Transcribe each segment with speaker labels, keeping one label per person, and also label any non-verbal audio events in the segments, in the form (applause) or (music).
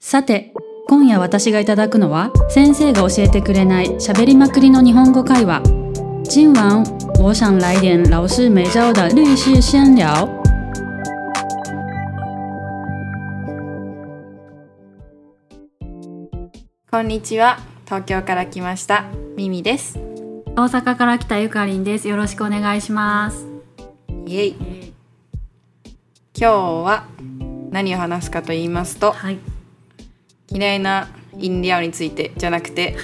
Speaker 1: さて今夜私がいただくのは先生が教えてくれないしゃべりまくりの日本語会話今晚我想来点老师没教的律师闲聊
Speaker 2: こんにちは。東京から来ました。ミミです。
Speaker 1: 大阪から来たゆかりんですよろしくお願いします
Speaker 2: イエイ。今日は何を話すかと言いますと、
Speaker 1: はい
Speaker 2: 嫌いな飲料についてじゃなくて、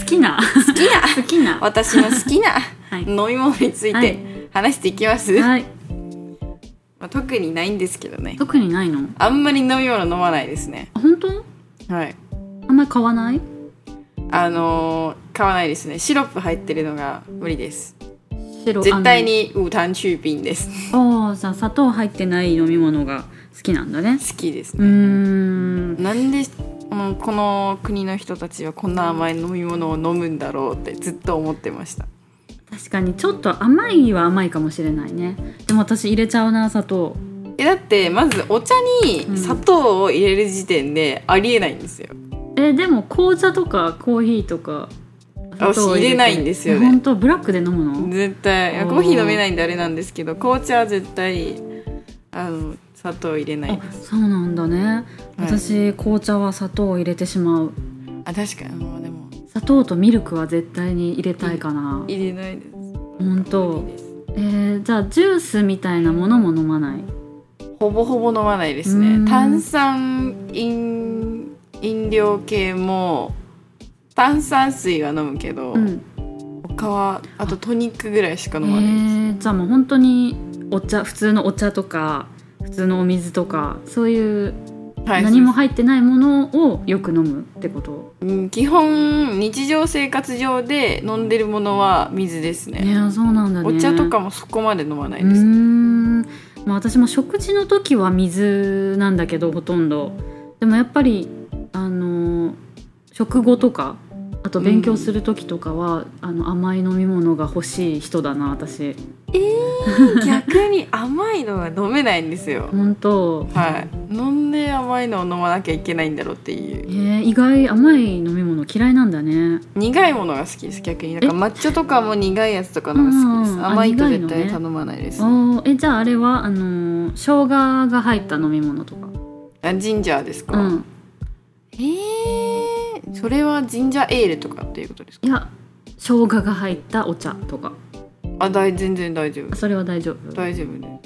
Speaker 1: 好きな
Speaker 2: 好きな
Speaker 1: (laughs) 好きな
Speaker 2: 私の好きな
Speaker 1: はい
Speaker 2: 飲み物につい
Speaker 1: はい
Speaker 2: て話していきます。
Speaker 1: はい
Speaker 2: まあ、特にないんですけどね。
Speaker 1: 特にないの
Speaker 2: あんまり飲み物飲まないですね。
Speaker 1: あ本当
Speaker 2: はい。
Speaker 1: あんまり買わない
Speaker 2: あのー買わないですね。シロップ入ってるのが無理です。
Speaker 1: 白
Speaker 2: 絶対にウータンチューピンです。
Speaker 1: あのあーじゃあ砂糖入ってない飲み物が好きなんだね
Speaker 2: 好きです
Speaker 1: うーん
Speaker 2: なんでうんこの国の人たちはこんな甘い飲み物を飲むんだろうってずっと思ってました
Speaker 1: 確かにちょっと甘いは甘いかもしれないねでも私入れちゃうな砂糖
Speaker 2: えだってまずお茶に砂糖を入れる時点でありえないんですよ、
Speaker 1: えでも紅茶とかコーヒーとか
Speaker 2: 私入れないんですよね
Speaker 1: 本当ブラックで飲むの
Speaker 2: 絶対いや
Speaker 1: おー
Speaker 2: コーヒー飲めないんであれなんですけど紅茶は絶対あの砂糖入れない
Speaker 1: あそうなんだね、私紅茶は砂糖を入れてしまう
Speaker 2: あ確かにもうでも
Speaker 1: 砂糖とミルクは絶対に入れたいかな、
Speaker 2: 入れないです
Speaker 1: 本当
Speaker 2: 無理です
Speaker 1: えーじゃあジュースみたいなものも飲まない
Speaker 2: ほぼほぼ飲まないです
Speaker 1: うーん
Speaker 2: ね炭酸飲飲料系も炭酸水は飲むけど、
Speaker 1: うん
Speaker 2: 他はあとトニックぐらいしか
Speaker 1: え
Speaker 2: 飲まない
Speaker 1: ーじゃあもう本当にお茶普通のお茶とか普通のお水とかそういう
Speaker 2: です、はい
Speaker 1: 何も
Speaker 2: そう
Speaker 1: 入ってないものをよく飲むってこと
Speaker 2: ですうん基本日常生活上で飲んでるものは水です
Speaker 1: い
Speaker 2: ね
Speaker 1: やそうなんだね
Speaker 2: お茶とかもそこまで飲まな
Speaker 1: う
Speaker 2: い
Speaker 1: ー
Speaker 2: です、
Speaker 1: ん、まあ、私も食事の時は水なんだけどほとんどでもやっぱりあの食後とかあと勉強する時とかは、あの甘い飲み物が欲しい人だな私
Speaker 2: 逆に甘いのが飲めないんですよ
Speaker 1: 本当
Speaker 2: はい飲んで甘いのを飲まなきゃいけないんだろうってい
Speaker 1: え
Speaker 2: う
Speaker 1: ー意外甘い飲み物嫌いなんだね
Speaker 2: 苦いものが好きです逆になんか抹茶とかも苦いやつとかのが好きで
Speaker 1: う
Speaker 2: す
Speaker 1: ん
Speaker 2: 甘いと
Speaker 1: あ苦いの
Speaker 2: 絶
Speaker 1: ね
Speaker 2: 対頼まないです、
Speaker 1: おーえじゃああれはあの生姜が入った飲み物とか
Speaker 2: あジンジャーですか、
Speaker 1: うん
Speaker 2: えー、それはジンジャーエールとかっていうことですか
Speaker 1: いや生姜が入ったお茶とか
Speaker 2: あ大全然大丈夫
Speaker 1: それは大丈夫
Speaker 2: 大丈夫ね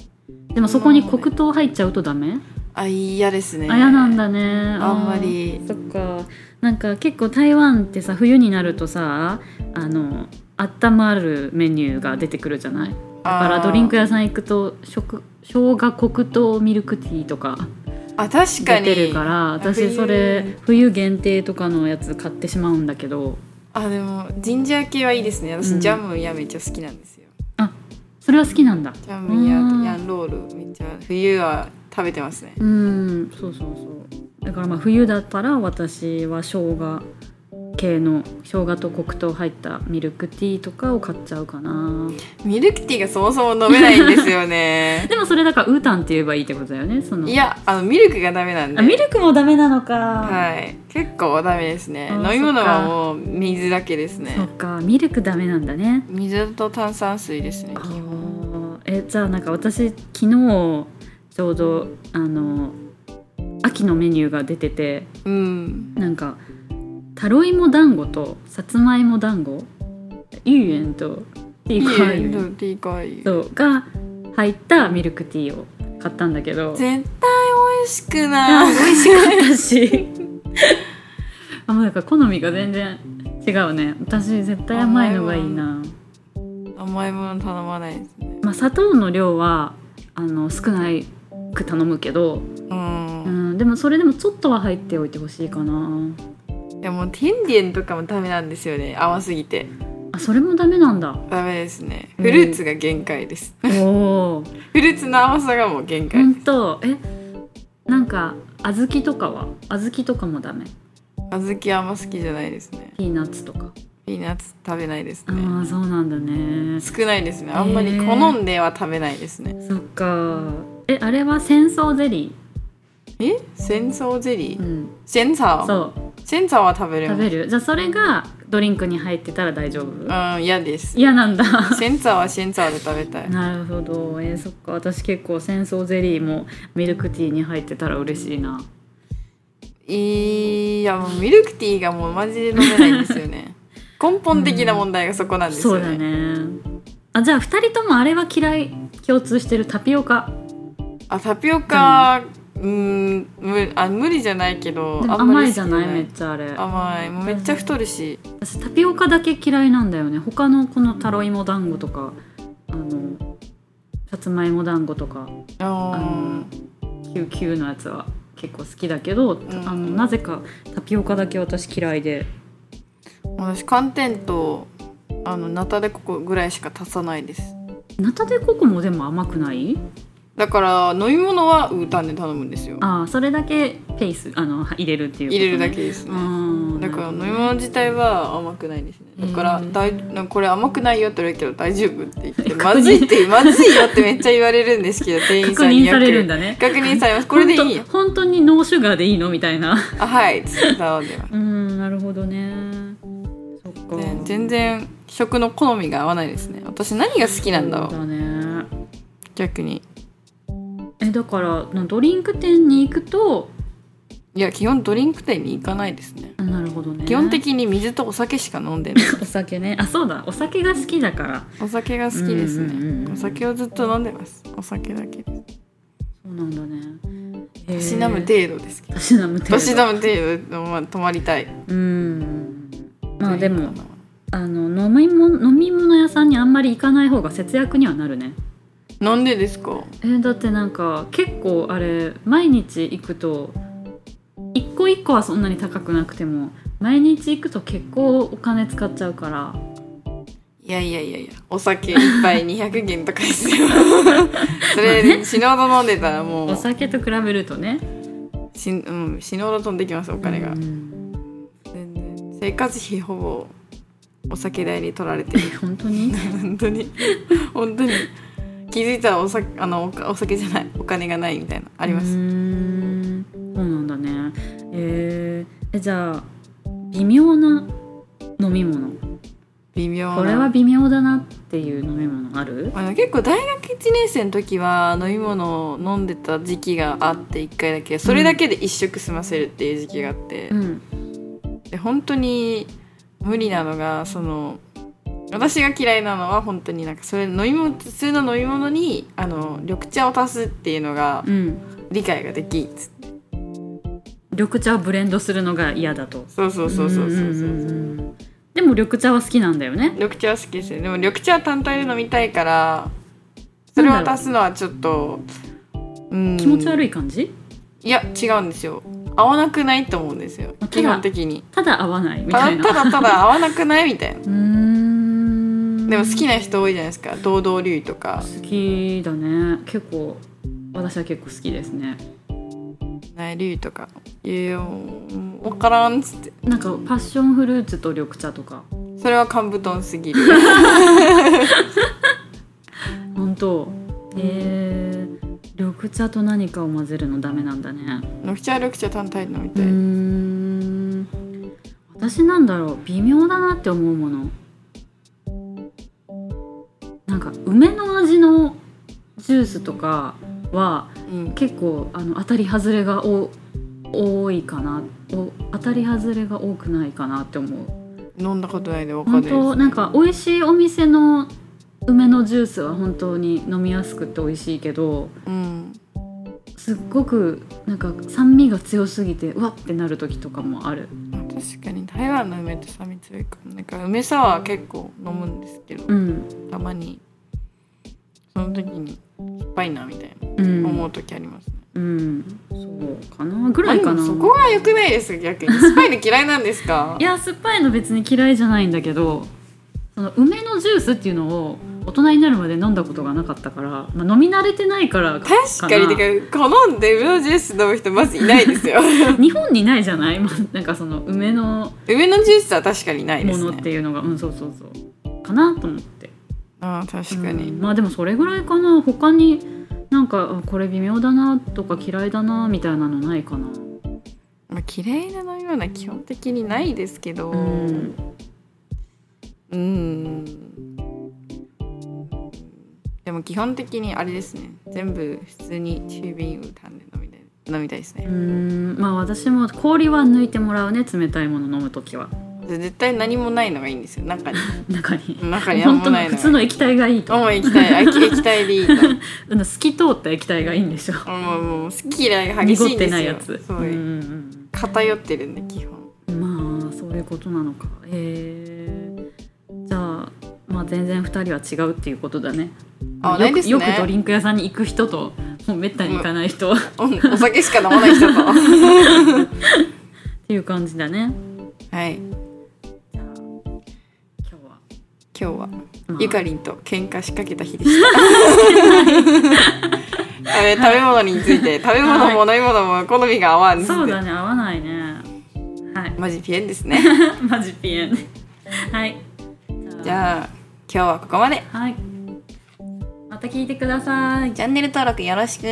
Speaker 1: でもそこに黒糖入っちゃうとダメ
Speaker 2: あ嫌ですね
Speaker 1: あ嫌なんだねあ
Speaker 2: あんま
Speaker 1: ー
Speaker 2: り
Speaker 1: そっかなんか結構台湾ってさ冬になるとさあの温まるメニューが出てくるじゃないだからドリンク屋さん行くと食生姜黒糖ミルクティーとか
Speaker 2: あ確か
Speaker 1: 出
Speaker 2: に
Speaker 1: てるから私それ冬限定とかのやつ買ってしまうんだけど
Speaker 2: あでもジンジャー系はいいですね
Speaker 1: うん
Speaker 2: 私ジャムやめっちゃ好きなんですよ、
Speaker 1: それは好きなんだ
Speaker 2: ジャムや
Speaker 1: うん
Speaker 2: ヤンロールめっちゃ冬は食べてますね
Speaker 1: うんそうそうそうだからまあ冬だったら私は生姜系の生姜と黒糖入ったミルクティーとかを買っちゃうかな
Speaker 2: ミルクティーがそもそも飲めないんです
Speaker 1: (laughs)
Speaker 2: よね
Speaker 1: でもそれだからウータンって言えばいいってことだよねその
Speaker 2: いやあのミルクがダメなんで
Speaker 1: あミルクもダメなのか、
Speaker 2: はい結構ダメですね
Speaker 1: あー
Speaker 2: 飲み物はもう水だけです
Speaker 1: そ
Speaker 2: ね
Speaker 1: っかミルクダメなんだね
Speaker 2: 水と炭酸水ですね
Speaker 1: あ
Speaker 2: 基本
Speaker 1: ーえじゃあなんか私昨日ちょうどあの秋のメニューが出てて
Speaker 2: うん
Speaker 1: なんかタロイモ団子とさつまいも団子ユーエンとティーカーユ
Speaker 2: いい
Speaker 1: ー
Speaker 2: よティーカーユ
Speaker 1: そうが入ったミルクティーを買ったんだけど
Speaker 2: 絶対美味しく
Speaker 1: あ (laughs)
Speaker 2: ない
Speaker 1: 美味しかったし (laughs) あもうなんか好みが全然違うね私絶対甘いのがいいな
Speaker 2: 甘いもの頼まないですね
Speaker 1: まあ、砂糖の量はあの少なく頼むけど、
Speaker 2: う
Speaker 1: うんん、でもそれでもちょっとは入っておいてほしいかない
Speaker 2: やもう天然とかもダメなんですよね甘すぎて
Speaker 1: あそれもダメなん (laughs) だ
Speaker 2: ダメですね
Speaker 1: う
Speaker 2: フ
Speaker 1: ん
Speaker 2: ルーツが限界です、
Speaker 1: おお
Speaker 2: フルーツの甘さがもう限界、
Speaker 1: 本当えなんか小豆とかは小豆とかもダメ
Speaker 2: 小豆あんま好きじゃないですね
Speaker 1: ピーナッツとか
Speaker 2: ピーナッツ食べないです
Speaker 1: あ
Speaker 2: ね
Speaker 1: あそうなんだね
Speaker 2: 少ないですねあんまり好んでは食べないですね
Speaker 1: そっかえあれは戦争ゼリ
Speaker 2: え戦争ゼリ
Speaker 1: う
Speaker 2: ー
Speaker 1: ん、
Speaker 2: 戦争
Speaker 1: そう
Speaker 2: 戦争は食べれま
Speaker 1: 食
Speaker 2: す
Speaker 1: べるじゃあそれがドリンクに入ってたら大丈夫
Speaker 2: うん嫌です
Speaker 1: 嫌なんだ (laughs)
Speaker 2: 戦争は戦争で食べたい
Speaker 1: なるほどえーそっか私結構戦争ゼリーもミルクティーに入ってたら嬉しいない
Speaker 2: やもうミルクティーがもうマジで飲めないんですよ
Speaker 1: (laughs)
Speaker 2: ね根本的な問題がそこなんです
Speaker 1: そ
Speaker 2: よ
Speaker 1: うだ
Speaker 2: ね,、
Speaker 1: ねあじゃあ2人ともあれは嫌い共通してるタピオカ
Speaker 2: あタピオカうん無あ無理じゃないけど
Speaker 1: でも
Speaker 2: あんま
Speaker 1: 甘
Speaker 2: り好
Speaker 1: い
Speaker 2: き
Speaker 1: じゃないめっちゃあれ
Speaker 2: 甘いもうめっちゃ太るし
Speaker 1: 私タピオカだけ嫌いなんだよね他のこのタロイモ団子とかあのさつまいも団子とかあ
Speaker 2: あ
Speaker 1: の九九のやつは結構好きだけど、
Speaker 2: ん
Speaker 1: あのなぜかタピオカだけ私嫌いで
Speaker 2: ー私寒天とあのナタデココぐらいしか足さないです
Speaker 1: ナタデココもでも甘くない
Speaker 2: だから飲み物はウータンで頼むんですよ
Speaker 1: ああそれだけペースあの入れるっていうこと
Speaker 2: 入
Speaker 1: ね、
Speaker 2: れるだけですね
Speaker 1: ああ
Speaker 2: だから飲
Speaker 1: な
Speaker 2: み
Speaker 1: るほど
Speaker 2: 物自体は甘くないんですねだから
Speaker 1: うん
Speaker 2: だいなんかこれ甘くないよって言われるけど大丈夫って言って
Speaker 1: (laughs)
Speaker 2: まずいってまずいよってめっちゃ言われるんですけど店員
Speaker 1: 確
Speaker 2: さんに
Speaker 1: 認
Speaker 2: よく
Speaker 1: されるんだね
Speaker 2: 確認されますこれでいいよ
Speaker 1: 本当本当にノーシュガーでいいのみたいな (laughs)
Speaker 2: あはいつって頼んでま
Speaker 1: うんなるほどねそっか、 (laughs)
Speaker 2: す、ね、全然食の好みが合わないですね私何が好きなんだろ
Speaker 1: そう
Speaker 2: う
Speaker 1: だね
Speaker 2: 逆に
Speaker 1: えだからなドリンク店に行くと
Speaker 2: いや基本ドリンク店に行かないですね
Speaker 1: あなるほどね
Speaker 2: 基本的に水とお酒しか飲んでない
Speaker 1: (laughs) お酒ねあそうだお酒が好きだから
Speaker 2: お酒が好きです
Speaker 1: うんうんうんう
Speaker 2: ね
Speaker 1: ん
Speaker 2: お酒をずっと飲んでますお酒だけです
Speaker 1: そうなんだね
Speaker 2: たしなむ程度ですけど
Speaker 1: たしなむ程度
Speaker 2: たしなむ程度まあ泊まりたい
Speaker 1: うんまあでもあの飲み物飲み物屋さんにあんまり行かない方が節約にはなるね
Speaker 2: なんでですか
Speaker 1: えーだってなんか結構あれ毎日行くと一個一個はそんなに高くなくても毎日行くと結構お金使っちゃうから
Speaker 2: いやいやいやいやお酒一 (laughs) 杯200元とかですよ (laughs) それ死ぬほど飲んでたらも
Speaker 1: お
Speaker 2: う
Speaker 1: 酒と比べるとね
Speaker 2: し、うん、死ぬほど飛んできますお金が、
Speaker 1: うん
Speaker 2: 全然生活費ほぼお酒代に取られてる
Speaker 1: 本当に
Speaker 2: (laughs) 本当に本当に気づいたらお酒あのおかお酒じゃないお金がないみたいなありま
Speaker 1: う
Speaker 2: す、
Speaker 1: ーんそうなんだねえーえじゃあ微妙な飲み物
Speaker 2: 微妙な
Speaker 1: これは微妙だなっていう飲み物ある
Speaker 2: あの結構大学1年生の時は飲み物を飲んでた時期があって1回だけそれだけで1食済ませるっていう時期があって、
Speaker 1: うん
Speaker 2: で本当に無理なのがその私が嫌いなのは本当になんかそれ飲み物普通の飲み物にあの緑茶を足すっていうのが
Speaker 1: うん
Speaker 2: 理解ができんっつって
Speaker 1: 緑茶をブレンドするのが嫌だと
Speaker 2: そうそうそうそうそうそう,、
Speaker 1: んんんでも緑茶は好きなんだよね
Speaker 2: 緑茶は好きですねでも緑茶は単体で飲みたいからそれを
Speaker 1: なんだろう
Speaker 2: 足すのはちょっとうん
Speaker 1: 気持ち悪い感じ
Speaker 2: いや違うんですよ合わなくないと思うんですよ
Speaker 1: あただ
Speaker 2: 基本的に
Speaker 1: ただ合わないみた
Speaker 2: た
Speaker 1: い
Speaker 2: だ
Speaker 1: な
Speaker 2: ただただ合わなくないみたいな
Speaker 1: うーん
Speaker 2: でも好き
Speaker 1: 好
Speaker 2: な人多いじゃないですか堂々流とか
Speaker 1: きだね結構私は結構好きですね
Speaker 2: ない流とかいやうんわからんっつって
Speaker 1: なんかパッションフルーツと緑茶とか
Speaker 2: それはカンブトンすぎる
Speaker 1: 本当えー、緑茶と何かを混ぜるのダメなんだね
Speaker 2: 緑茶は緑茶単体で飲み
Speaker 1: う
Speaker 2: た
Speaker 1: ー
Speaker 2: い、
Speaker 1: ん私なんだろう微妙だなって思うものなんか梅の味のジュースとかは
Speaker 2: うん
Speaker 1: 結構あの当たり外れがお多いかなお当たり外れが多くないかなって思う
Speaker 2: 飲んだことないでわかんな
Speaker 1: 本
Speaker 2: いです
Speaker 1: 当なんか美味しいお店の梅のジュースは本当に飲みやすくて美味しいけど
Speaker 2: うん
Speaker 1: すっごくなんか酸味が強すぎてうわってなる時とかもある
Speaker 2: 確かに台湾の梅って酸味強いかもなんか梅サワー結構飲むんですけど、
Speaker 1: うん、
Speaker 2: たまにその時に酸っぱいなみたいな
Speaker 1: うん、
Speaker 2: 思う時ありますね、
Speaker 1: うん、そうかなぐらいか
Speaker 2: で
Speaker 1: な。
Speaker 2: もそこが良くないですか逆に酸っぱいの嫌いなんですか
Speaker 1: いや酸っぱいの別に嫌いじゃないんだけど、その梅のジュースっていうのを大人になるまで飲んだことがなかったから、まあ飲み慣れてない
Speaker 2: (laughs)
Speaker 1: からか
Speaker 2: 確かに
Speaker 1: な
Speaker 2: てか好んで梅のジュース飲む人まずいないですよ (laughs)
Speaker 1: 日本にないじゃない。ま (laughs) あなんかその梅の
Speaker 2: 梅のジュースは確かにないで
Speaker 1: も
Speaker 2: す
Speaker 1: の
Speaker 2: ね
Speaker 1: っていうのが、うんそうそうそうかなと思って。
Speaker 2: ああ確かに、
Speaker 1: うんまあでもそれぐらいかな。他になんかあこれ微妙だなとか嫌いだなみたいなのないかな
Speaker 2: まあ、嫌いな飲み物は基本的にないですけど
Speaker 1: うん
Speaker 2: うんでも基本的にあれですね全部普通に中瓶ウータンで飲みたい飲みたいです
Speaker 1: う
Speaker 2: ね、
Speaker 1: んまあ私も氷は抜いてもらうね冷たいもの飲む時は
Speaker 2: で絶対何もないのがいいんですよ
Speaker 1: (laughs)
Speaker 2: 中に
Speaker 1: 中に
Speaker 2: 中に
Speaker 1: 本
Speaker 2: 何も
Speaker 1: 当の
Speaker 2: ないの
Speaker 1: 普
Speaker 2: が
Speaker 1: 通の液体がいいと
Speaker 2: もう液体あ液体でいいと
Speaker 1: あの透き通った液体がいいんでしょ
Speaker 2: もうもう好き嫌いが激し
Speaker 1: 濁って
Speaker 2: いんですよ
Speaker 1: ないやつ
Speaker 2: そううん
Speaker 1: うん
Speaker 2: 偏ってるんで基本
Speaker 1: うんまあそういうことなのかへえじゃあまあ全然2人は違うっていうことだね
Speaker 2: あ
Speaker 1: よく
Speaker 2: ないですね
Speaker 1: よくドリンク屋さんに行く人ともうめったに行かない人、っ
Speaker 2: おお酒しか飲まない人と
Speaker 1: (laughs) ていう感じだね
Speaker 2: はい
Speaker 1: じゃあ今日は、
Speaker 2: 今日は
Speaker 1: まあ
Speaker 2: ゆかりんと喧嘩仕掛けた日で
Speaker 1: (laughs)
Speaker 2: した。あれ食べ物について食べ物も飲み物も好みが合わんっつって
Speaker 1: そうだね合わないねはい
Speaker 2: マジピエンですね。
Speaker 1: (laughs) マジピエンはい
Speaker 2: じゃあ今日はここまで。
Speaker 1: あはいまた聞いてください
Speaker 2: チャンネル登録よろしく。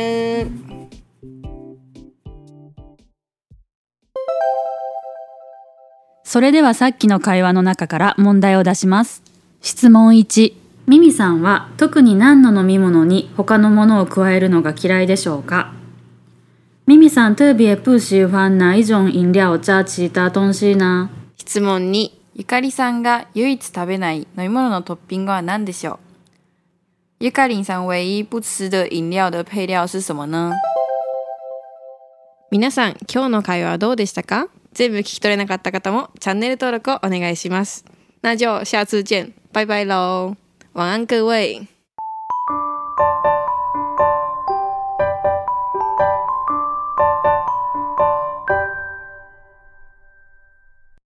Speaker 3: それではさっきの会話の中から問題を出します。質問1、
Speaker 1: ミミさんは特に何の飲み物に他のものを加えるのが嫌いでしょうかミミさん特别不喜欢哪一种饮料加其他东西呢
Speaker 2: 質問2ゆかりさんが唯一食べない飲み物のトッピングは何でしょうゆかりんさん唯一不吃的飲料的配料是什么呢
Speaker 4: 皆さん今日の会話はどうでしたか全部聞き取れなかった方もチャンネル登録をお願いします。那就下次见，拜拜喽，晚安各位。